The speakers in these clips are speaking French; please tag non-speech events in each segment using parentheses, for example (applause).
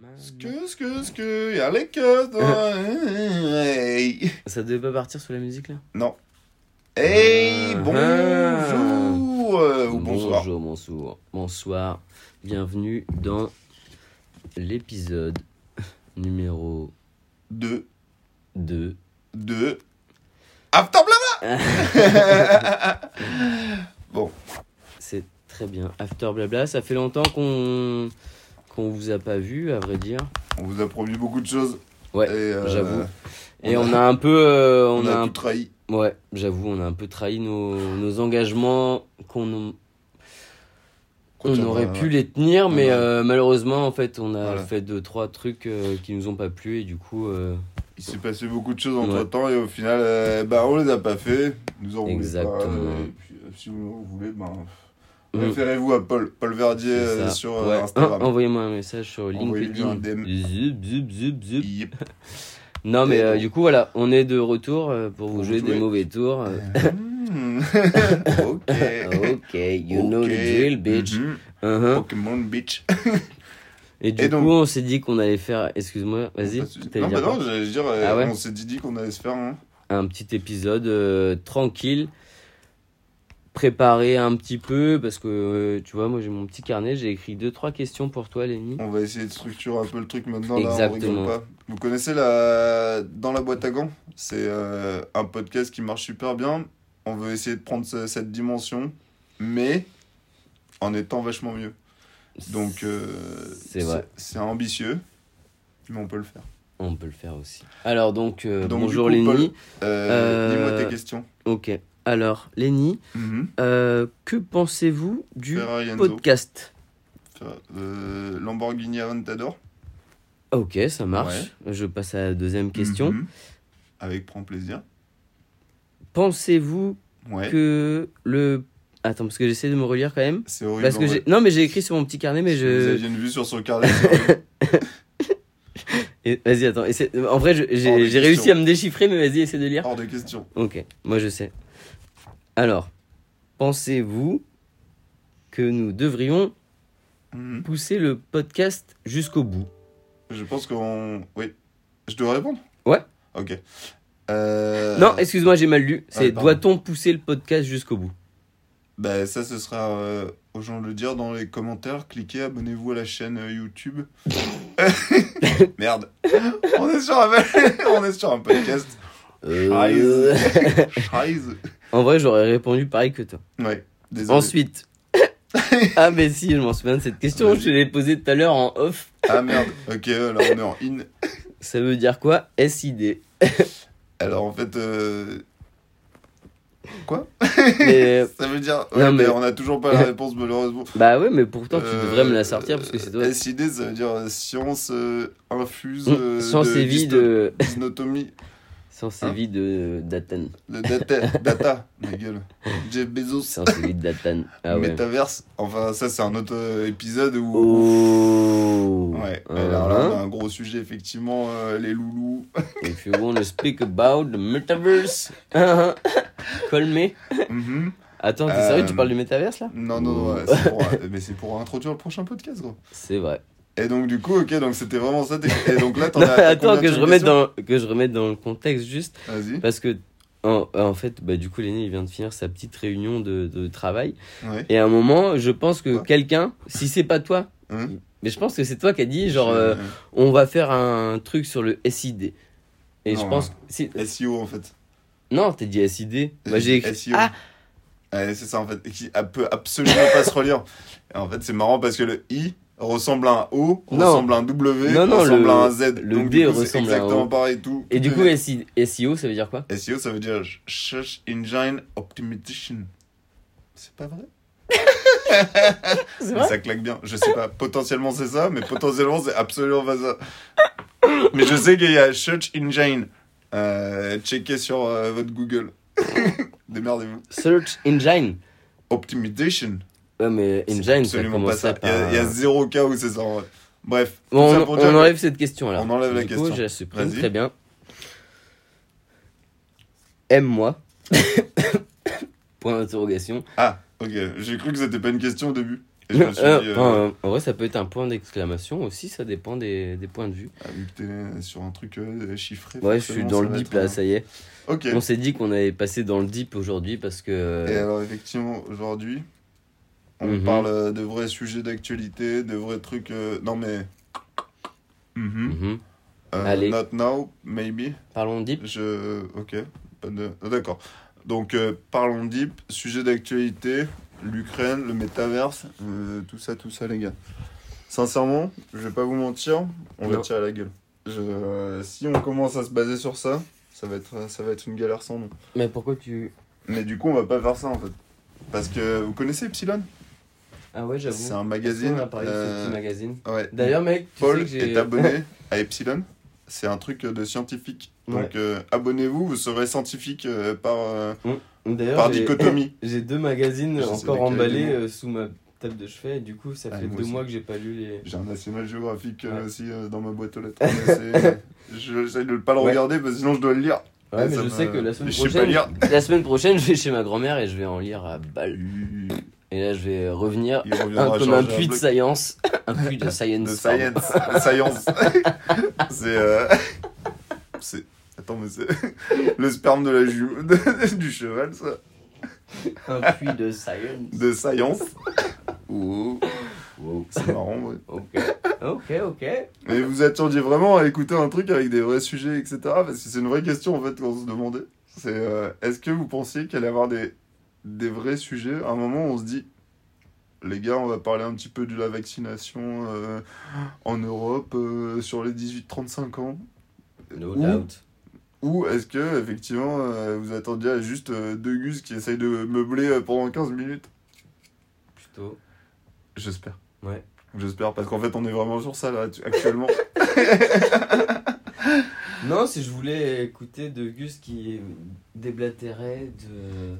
man. Excuse, excuse, excuse, y'a les queues dans- Hey Ça devait pas partir sous la musique là Hey, Ah. bonjour euh, Ou bonsoir. Bonjour, bonsoir. Bonsoir. Bienvenue dans l'épisode numéro Deux, 2. deux... After Blabla Bon, C'est très bien. After Blabla, ça fait longtemps qu'on qu'on vous a pas vu, à vrai dire. on vous a promis beaucoup de choses. Ouais, Et, euh, j'avoue. Et on on a- a un peu. euh, On, on, a, a un tout trahi. Ouais, j'avoue, on a un peu trahi nos, nos engagements qu'on on Tiens, aurait bah, pu les tenir, mais Voilà. euh, malheureusement, en fait, on a Voilà. fait deux, trois trucs euh, qui nous ont pas plu et du coup, euh, Il s'est passé beaucoup de choses entre temps et au final, euh, bah, on les a pas fait. Nous en voulez pas. Exactement. euh, et puis, euh, si vous en voulez, ben, Mm. référez-vous à Paul, Paul Verdier c'est euh, ça. sur euh, Ouais. (laughs) Instagram. En- Envoyez-moi un message sur Envoyez-lui un LinkedIn. DM. Zup, zup, zup, zup. Yep. Non, mais Et euh, donc- du coup, voilà, on est de retour euh, pour vous Pour jouer jouer. des mauvais tours. (laughs) euh. Ah, Mm. (laughs) ok. ok, Euh, oh, you know Ok. the drill, bitch. Mhm. Uh-huh. Pokémon bitch. Et du Et donc- coup, on s'est dit qu'on allait faire. Excuse-moi, vas-y. t'allais Non, dire bah quoi non, j'allais dire, euh, Ah ouais on s'est dit, dit qu'on allait se faire hein. un. un petit épisode euh, tranquille, préparé un petit peu, parce que euh, tu vois, moi j'ai mon petit carnet, j'ai écrit deux trois questions pour toi, Lenny. On va essayer de structurer un peu le truc maintenant. Là, on rigole Exactement. pas. Vous connaissez la... Dans la boîte à gants C'est euh, un podcast qui marche super bien. On veut essayer de prendre ce- cette dimension, mais en étant vachement mieux. Donc, euh, C'est vrai. c'est ambitieux, mais on peut le faire. On peut le faire aussi. Alors donc, euh, Donc, bonjour du coup, Paul, Lenny. Euh, Euh, Dis-moi tes questions. Ok. Alors Lenny, Mhm. euh, que pensez-vous du Ferrari Enzo. podcast Fer- euh, Lamborghini Aventador. Ah, Ok, ça marche. Je passe à la deuxième question. Mhm. Avec prend plaisir. Pensez-vous Ouais. que le... Attends, parce que j'essaie de me relire quand même. C'est horrible. Parce en que vrai. j'ai... Non, mais j'ai écrit sur mon petit carnet, mais Si je... Vous aviez une vue sur son carnet. c'est horrible. Et- Vas-y, attends. essaie- En vrai, je- Hors de j'ai j'ai question. réussi à me déchiffrer, mais vas-y, essaie de lire. Hors de question. Ok, moi je sais. Alors, pensez-vous que nous devrions Mhm. pousser le podcast jusqu'au bout Je pense qu'on. Oui. Je dois répondre Ouais. Ok. Euh, Non, excuse-moi, j'ai mal lu. C'est pardon. doit-on pousser le podcast jusqu'au bout bah, ça, ce sera euh, aux gens de le dire dans les commentaires. Cliquez, abonnez-vous à la chaîne euh, YouTube. (laughs) Merde. On est sur un, (laughs) on est sur un podcast. Euh, Scheiße. En vrai, j'aurais répondu pareil que toi. Ouais. Désolé. Ensuite. (laughs) ah, mais si, je m'en souviens de cette question. Vas-y. Je te l'ai posée tout à l'heure en off. Ah merde. Ok, alors on est en in. Ça veut dire quoi SID. Alors en fait. euh, Quoi (laughs) Mais, Ça veut dire. Ouais, Non, mais... mais- on n'a (laughs) toujours pas la réponse, malheureusement. bah ouais, mais pourtant, tu Euh, devrais me la sortir parce que c'est toi. euh, SID, ça veut dire euh, science euh, infuse. Mmh, euh, Sans de ces vies dysto- de. Dysnotomie. Sans ces Hein vies de d'Athan. de (laughs) data, data, ma gueule. Jeff Bezos, Sans ces vies d'Athan. Ah ouais. métaverse. Enfin, ça, c'est un autre euh, épisode où. Oh. Ouais, Uh-huh. alors là, on a un gros sujet, effectivement, euh, les (laughs) loulous. If you want to speak about the metaverse, uh-huh. call me. Mhm. Attends, t'es Euh, sérieux, tu parles du metaverse là Non, non, non, ouais, c'est pour, euh, mais c'est pour introduire le prochain podcast, gros. C'est vrai. Et donc, du coup, ok, donc c'était vraiment ça. t'es- Et donc là, t'en Non, as. (laughs) t'as attends, combien que de je, remette questions dans, que je remette dans le contexte juste. Vas-y. Parce que, en, en fait, bah, du coup, Lenny, il vient de finir sa petite réunion de, de travail. Ouais. Et à un moment, je pense que Quoi quelqu'un, si c'est pas toi, Hein mais je pense que c'est toi qui as dit, genre, Je- euh, on va faire un truc sur le SID. Et je Non. pense. Si... SEO E en fait. Non, t'as dit SID. Moi j'ai (laughs) écrit. SEO. Ah Ouais, c'est ça en fait. Qui a- peut absolument pas se relire. Et en fait, c'est marrant parce que le I ressemble à un O, Non. ressemble à un W, Non, non, ressemble le- à un Z. le Donc, B du coup, c'est ressemble à un exactement O. pareil tout. Et tout du est- coup, SI SEO, ça veut dire quoi SEO, ça veut dire Search Engine Optimization. C'est pas vrai C'est Mais ça claque bien. Je sais pas. Potentiellement, c'est ça, mais potentiellement, c'est absolument (laughs) pas ça. Mais je sais qu'il y a Search Engine. Euh, checkez sur euh, votre Google. (laughs) Démerdez-vous. Search Engine. Optimization. Ouais, mais C'est Engine, ça absolument pas commence ça. à. Il y a- il y, a zéro cas où c'est ça. en vrai. Bref. Bon, tout on, ça pour dire on que- enlève cette question alors. On enlève la du question. Coup, je la supprime. Vas-y. Très bien. Aime-moi. (coughs) Point d'interrogation. Ah, ok. J'ai cru que c'était pas une question au début. Et je me suis dit, Euh, euh, en- en vrai, ça peut être un point d'exclamation aussi, ça dépend des, des points de vue. ah, mais t'es sur un truc euh, chiffré. Ouais, je suis forcément, dans ça le va deep être là, un- ça y est. Ok. On s'est dit qu'on allait passer dans le deep aujourd'hui parce que. Et euh, alors, effectivement, aujourd'hui, on Mhm. parle euh, de vrais sujets d'actualité, de vrais trucs. euh, non, mais. Mhm. Mhm. Euh, Allez. Not now, maybe. Parlons de deep. Je. Ok. Pas de- ah, D'accord. Donc, euh, parlons deep. Sujet d'actualité l'Ukraine, le métaverse, euh, tout ça, tout ça, les gars. Sincèrement, je vais pas vous mentir, on va Non. tirer à la gueule. Je- euh, si on commence à se baser sur ça, ça va être, ça va être une galère sans nom. Mais pourquoi tu. Mais du coup, on va pas faire ça en fait. Parce que vous connaissez Epsilon Ah ouais, j'avoue. C'est un magazine. On a parlé de euh, ce petit magazine. ouais. D'ailleurs, mec, tu Paul sais que j'ai- est abonné à Epsilon. C'est un truc de scientifique. Ouais. Donc euh, abonnez-vous, vous serez scientifique euh, par, euh, par D'ailleurs, j'ai- (laughs) dichotomie. j'ai deux magazines Je sais encore lesquels emballés des noms. euh, sous ma table de chevet. Et du coup, ça Ah, fait moi deux aussi. mois que j'ai pas lu les. J'ai un National Geographic euh, Ouais. aussi euh, dans ma boîte aux lettres. Mais (laughs) c'est- euh, je- J'essaie de ne pas le Ouais. regarder parce que sinon je dois le lire. Ouais, Et mais ça je me- sais que la semaine Je sais pas prochaine. lire. La semaine prochaine, je vais chez ma grand-mère et je vais en lire à balle. Il Et là, je vais revenir un- reviendra comme un charger puits de bloc science. Un puits (laughs) de science. de pardon. science. De science. (laughs) (laughs) c'est. euh, c'est- Attends, mais c'est. (laughs) Le sperme de la jume. (laughs) du cheval, ça. Un puits de science. (laughs) De science. Ouh, Wow. c'est marrant, ouais. (laughs) Ok, ok, ok. Mais vous attendiez vraiment à écouter un truc avec des vrais sujets, etc. Parce que c'est une vraie question, en fait, qu'on se demandait. C'est. euh, Est-ce que vous pensiez qu'il allait y avoir des, des vrais sujets À un moment, on se dit. Les gars, on va parler un petit peu de la vaccination euh, en Europe euh, sur les 18-35 ans. No Ou- doubt. Ou est-ce que, effectivement, euh, vous attendiez à juste euh, deux gus qui essayent de meubler euh, pendant 15 minutes Plutôt. J'espère. Ouais. J'espère, parce qu'en fait, on est vraiment sur ça, là, actu- actuellement. Non, si je voulais écouter de Gus qui déblatérait de...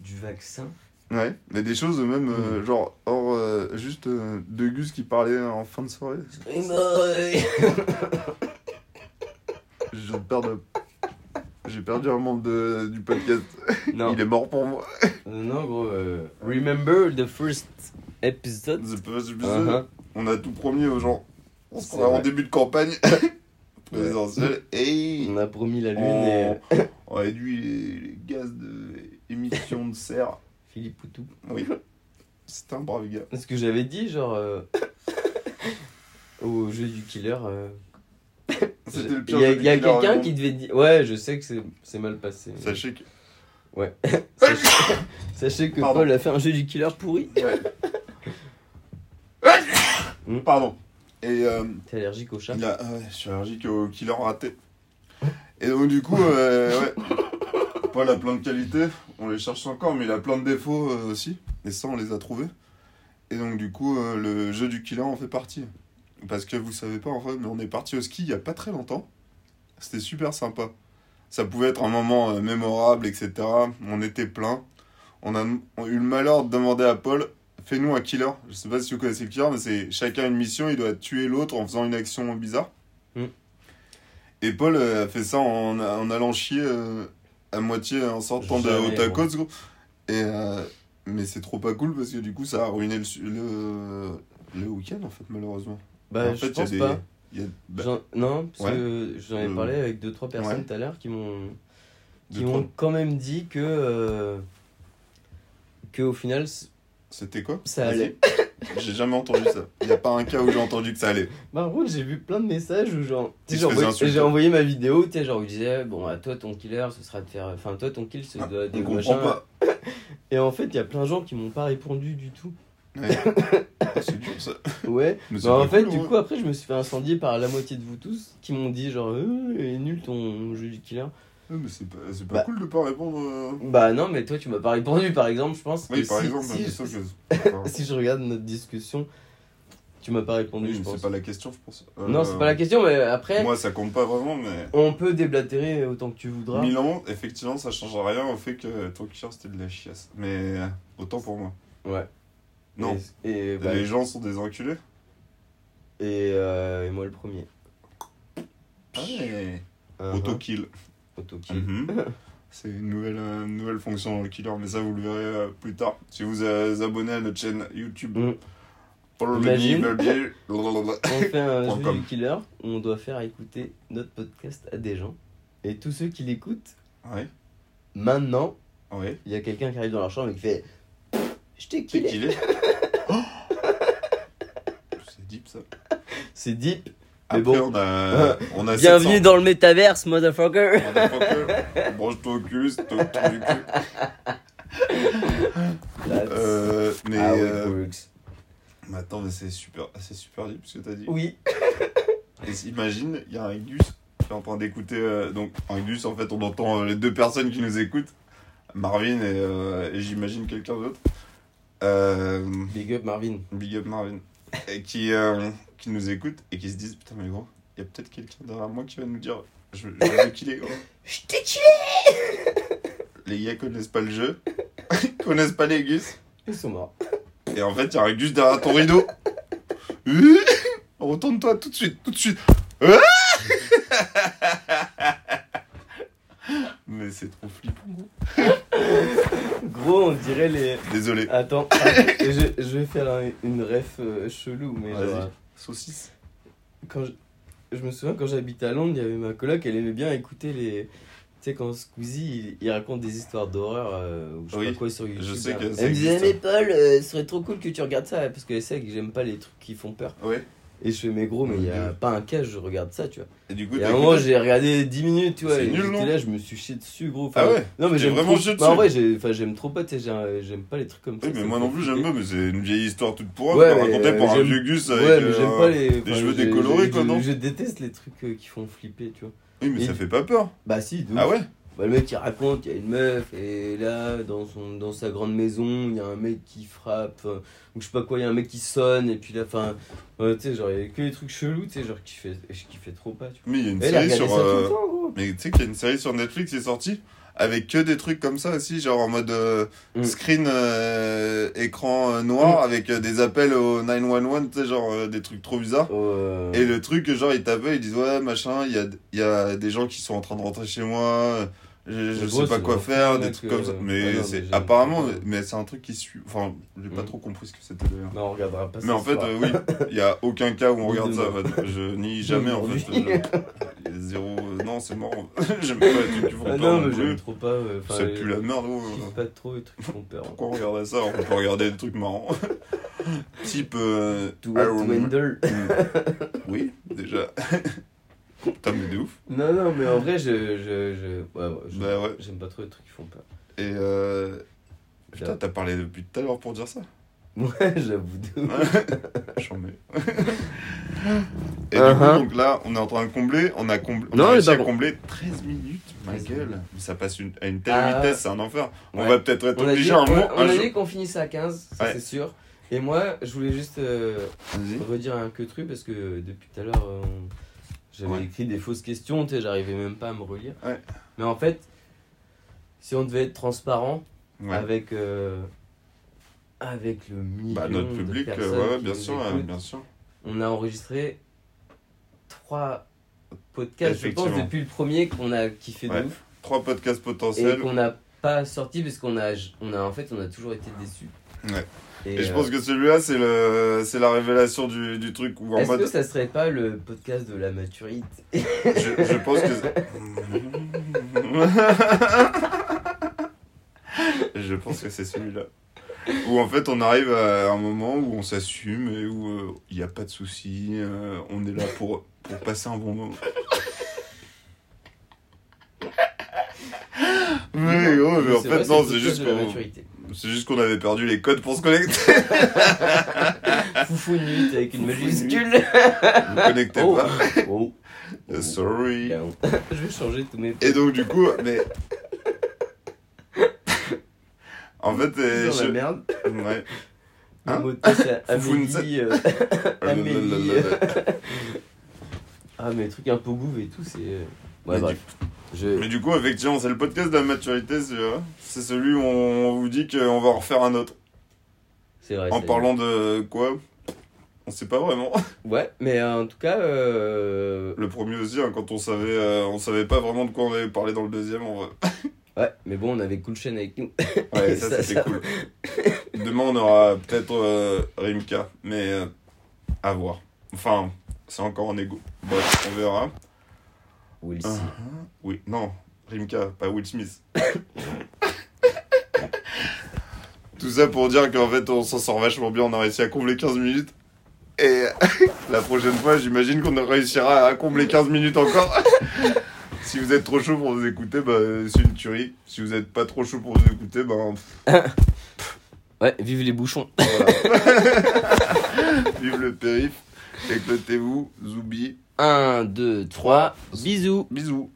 du vaccin. ouais. Mais des choses, même, euh, Hmm. genre, hors, euh, juste euh, deux gus qui parlaient en fin de soirée. Je perds de- J'ai perdu un membre de- du podcast. non, Il est mort pour moi. non, gros. euh, remember the first episode The first episode. Uh-huh. On a tout promis aux gens. On se C'est croirait en vrai. début (laughs) de campagne présidentielle. Et... On a promis la lune on, et on réduit les, les gaz de émission de serre. Philippe Poutou. (laughs) Oui. C'était un brave gars. Ce que j'avais dit, genre. euh, Au jeu du killer. euh, C'était le Il pire y a, jeu il y a qu'il aurait quelqu'un eu. qui devait dire. Ouais, je sais que c'est- c'est mal passé. Sachez que. Sachez, sachez que Pardon. Paul a fait un jeu du killer pourri. (coughs) Pardon. Et euh, T'es allergique au chat il a- ah ouais, je suis allergique au killer raté. Et donc, du coup, euh, ouais. Paul a plein de qualités. On les cherche encore, mais il a plein de défauts euh, aussi. Et ça, on les a trouvés. Et donc, du coup, euh, le jeu du killer en fait partie. Parce que vous savez pas, en fait, mais on est parti au ski il y a pas très longtemps. C'était super sympa. Ça pouvait être un moment euh, mémorable, etc. On était plein. On a, on a eu le malheur de demander à Paul fais-nous un killer. Je sais pas si vous connaissez le killer, mais c'est chacun une mission, il doit tuer l'autre en faisant une action bizarre. Mm. Et Paul euh, a fait ça en, en allant chier euh, à moitié en sortant de Jamais, haut à côte, gros. Et, euh, mais c'est trop pas cool parce que du coup ça a ruiné le, su- le, le week-end en fait, malheureusement. Bah, en fait, je pense il y a des- pas. il y a- bah, J'en- non, parce ouais. que j'en ai Euh, parlé avec deux trois personnes ouais. tout à l'heure qui m'ont deux, qui trois. m'ont quand même dit que euh, que au final c- C'était quoi ça Vas-y. allait. (laughs) J'ai jamais entendu ça. Il n'y a pas un cas où j'ai entendu que ça allait. Par contre, Bah, j'ai vu plein de messages où genre tu sais, Ils se j'ai envoyé- faisaient insulter. j'ai envoyé ma vidéo, tu sais genre où je disais bon à toi ton killer ce sera de faire enfin toi ton kill ce Ah, doit On Euh, des comprend machins. pas. Et en fait, il y a plein de gens qui m'ont pas répondu du (laughs) tout. Ouais. Ah, c'est dur ça. Ouais. Mais c'est Bah, en pas fait, cool, hein. du ouais. coup, après, je me suis fait incendier par la moitié de vous tous qui m'ont dit genre, euh, il est nul ton jeu du killer. Ouais, mais c'est pas, c'est pas Bah. cool de pas répondre. euh. Bah non, mais toi, tu m'as pas répondu, par exemple, je pense. Oui, que par si- exemple, bah, si, c'est je- sûr que. Enfin, si (laughs) je regarde notre discussion, tu m'as pas répondu, oui, je mais pense. c'est pas la question, je pense. Euh, Non, c'est pas la question, mais après, Moi, ça compte pas vraiment, mais. on peut déblatérer autant que tu voudras. Milan, effectivement, ça change rien au fait que ton cœur c'était de la chiasse. Mais euh, autant pour moi. Ouais. Non, Et, et, bah, les gens sont des enculés. et, euh, et moi le premier. Ouais. Ah, Auto-kill. ah, auto-kill. Mhm. (laughs) C'est une nouvelle, euh, une nouvelle fonction dans le killer, mais ça vous le verrez euh, plus tard. Si vous euh, vous abonnez à notre chaîne YouTube, Mhm. Pour le Imagine. Bieber, blablabla. (laughs) On fait un Point jeu com. du killer où on doit faire écouter notre podcast à des gens. Et tous ceux qui l'écoutent, Ouais, maintenant, ouais. il y a quelqu'un qui arrive dans leur chambre et qui fait Je t'ai C'est killé. qu'il est. Oh C'est deep ça. C'est deep. Mais Après, bon. (laughs) on a. On a Bienvenue 700. dans le métaverse, motherfucker. Motherfucker. (laughs) Branche-toi au cul, c'est au trou du cul. Ah That's Euh, mais, how it euh, works. mais attends, mais c'est super, c'est super deep ce que t'as dit. Oui. Et imagine, il y a un Gus qui est en train d'écouter. euh, donc, un Gus, en fait, on entend euh, les deux personnes qui nous écoutent, Marvin et, euh, et j'imagine quelqu'un d'autre. Euh, Big up Marvin. big up Marvin. Et qui, euh, qui nous écoute et qui se disent Putain, mais gros, il y a peut-être quelqu'un derrière moi qui va nous dire Je, je veux qu'il est gros. Je t'ai killé. Les gars connaissent pas le jeu, (laughs) ils connaissent pas les Gus. Ils sont morts. Et en fait, il y a un Gus derrière ton rideau. (laughs) Hum, Retourne-toi tout de suite, tout de suite. (laughs) Ah Mais c'est trop flippant. Gros, on dirait les. Désolé. (laughs) Attends, attends, je, je vais faire un- une ref euh, chelou, mais Vas-y. genre, euh, Saucisse. quand je, je me souviens quand j'habitais à Londres, il y avait ma coloc, elle aimait bien écouter les. Tu sais, quand Squeezie il, il raconte des histoires d'horreur euh, ou je sais Oui, pas quoi sur YouTube. je sais hein. que ça Elle me disait, mais existe. Paul, euh, ce serait trop cool que tu regardes ça parce qu'elle sait que j'aime pas les trucs qui font peur. Ouais. Et je fais, mais gros, mais il y a Dieu. pas un cas, je regarde ça, tu vois. Et du coup, Et t'as à un moment, écouté j'ai regardé 10 minutes, tu vois, C'est et nul, non j'étais là, je me suis chié dessus, gros. Enfin, Ah ouais Non, mais T'es j'aime vraiment trop. chié Bah, en dessus. vrai, j'ai- enfin, j'aime trop pas, tu sais, j'ai- j'aime pas les trucs comme ça. Oui, mais ça moi me non fait plus, flipper. j'aime pas, mais c'est une vieille histoire toute pourrie Ouais, qu'on mais, racontait euh, pour un j'aime- vieux Gus avec. Ouais, mais j'aime euh, pas les. des enfin, cheveux j'ai- décolorés, j'ai- quoi, je- non Je déteste les trucs euh, qui font flipper, tu vois. Oui, mais Et- ça fait pas peur. Bah, si, de Ah ouf. ouais Bah, le mec il raconte, il y a une meuf, et là, dans, son, dans sa grande maison, il y a un mec qui frappe, euh, ou je sais pas quoi, il y a un mec qui sonne, et puis là, enfin, ouais, tu sais, genre, il y a que les trucs chelous, tu sais, genre, qui fait, je kiffais trop pas, tu Mais il y a une vois. Et là, série regardez sur. ça tout euh, le temps, gros. Mais tu sais qu'il y a une série sur Netflix qui est sortie avec que des trucs comme ça aussi, genre en mode euh, Mm. screen euh, écran euh, noir avec euh, des appels au 911, tu sais, genre euh, des trucs trop bizarres. Euh, Et le truc, genre, ils t'appellent, ils disent ouais, machin, il y a, il y a des gens qui sont en train de rentrer chez moi, je, je Mais gros, sais pas c'est quoi vraiment faire, fou, des mec, trucs comme ça. euh, Mais ouais, non, mais c'est j'ai- apparemment, mais c'est un truc qui suit. Enfin, j'ai pas Mm. trop compris ce que c'était d'ailleurs. Non, on regardera pas ça. Mais en ce fait, soir. euh, oui, il n'y a aucun cas (laughs) où Ni on regarde ça. demain. en fait. Je nie jamais, (laughs) en fait. Aujourd'hui. Je- il y a Zéro. euh, Non, c'est mort. (laughs) J'aime pas les trucs qui font Ah peur non, non mais j'aime plus. trop pas. ouais, enfin, Ça les- pue la merde. oh. Je kiffe pas trop les trucs hein. qui font peur. (laughs) Pourquoi on regardait ça On peut regarder des trucs marrants. (laughs) type. euh, To what Iron to Man. handle. (laughs) Oui, déjà. (laughs) Putain, mais de ouf. Non, non, mais en vrai, je. je, je... Ouais, ouais, je- Bah ouais. J'aime pas trop les trucs qui font (laughs) peur. Et. Euh... Putain, t'as parlé depuis tout à l'heure pour dire ça. Ouais, j'avoue de ouf. J'en mets. Et du Uh-huh. coup, donc là, on est en train de combler. On a, comblé, on Non, a mais réussi à pardon. combler 13 minutes. Ma 13 gueule. Mais ça passe une- à une telle Ah, vitesse, c'est un enfer. On Ouais. va peut-être être On a dit, obligé un on a- moment. on un a jour- dit qu'on finissait à 15, ça Ouais. c'est sûr. Et moi, je voulais juste euh, Vas-y. redire un que truc parce que depuis tout à l'heure, euh, on- j'avais Ouais. écrit des fausses questions, tu sais, j'arrivais même pas à me relire. Ouais. Mais en fait, si on devait être transparent Ouais. avec, euh, avec le million Bah, notre de public, euh, personnes ouais, ouais, qui bien nous sûr, hein. ouais, écoutent, bien sûr. on a enregistré trois podcasts, je pense, Effectivement. depuis le premier qu'on a kiffé Ouais. de ouf Trois podcasts et potentiels. qu'on n'a pas sorti parce qu'on a, on a, en fait, on a toujours été déçus. Ouais. Et, Et, je euh, pense que celui-là, c'est le, c'est la révélation du, du truc où en Est-ce que mode, ça serait pas le podcast de la (laughs) maturité je, je pense que. (laughs) je pense que c'est celui-là. Où en fait, on arrive à un moment où on s'assume et où euh, il n'y a pas de souci. euh, on est là pour, pour passer un bon moment. Mais gros, mais en C'est vrai, fait, non, le c'est podcast juste de la qu'on- maturité. (laughs) c'est juste qu'on avait perdu les codes pour se connecter. (laughs) Foufou une minute avec une Foufou une majuscule. Vous connectez Oh. pas. (laughs) Oh. Euh, Sorry. Bien. (laughs) Je vais changer tous mes. Et donc, du coup, mais. en fait, euh, Dans la je. merde. Le Ouais. Hein mot de passe à (laughs) Foufou une Oh Amélie. euh, Amélie. euh, Lalalala. Ah, mais les trucs un peu gouve et tout, c'est. euh, Mais Ouais, du- bref. Je... Mais du coup, effectivement, c'est le podcast de la maturité, celui-là. C'est celui où on vous dit qu'on va en refaire un autre. C'est vrai. En c'est- parlant de quoi On sait pas vraiment. (laughs) Ouais, mais euh, en tout cas. euh, Le premier aussi, hein, quand on savait, euh, on savait pas vraiment de quoi on allait parler dans le deuxième, on va. Ouais, mais bon, on avait Cool Chain avec nous. (laughs) Ouais, ça, Ça, c'était ça cool. Demain, on aura peut-être euh, Rimka, mais euh, à voir. Enfin, c'est encore en égo. Bref, on verra. Will Ah, Smith. Oui, non, Rimka, pas Will Smith. (laughs) Tout ça pour dire qu'en fait, on s'en sort vachement bien, on a réussi à combler 15 minutes. Et (laughs) la prochaine fois, j'imagine qu'on réussira à combler 15 minutes encore. (laughs) si vous êtes trop chaud pour nous écouter, bah, c'est une tuerie. Si vous êtes pas trop chaud pour nous écouter, bah, Ouais, vive les bouchons. voilà. (laughs) Vive le périph', éclatez-vous, Zoubi, 1, 2, 3, bisous. bisous.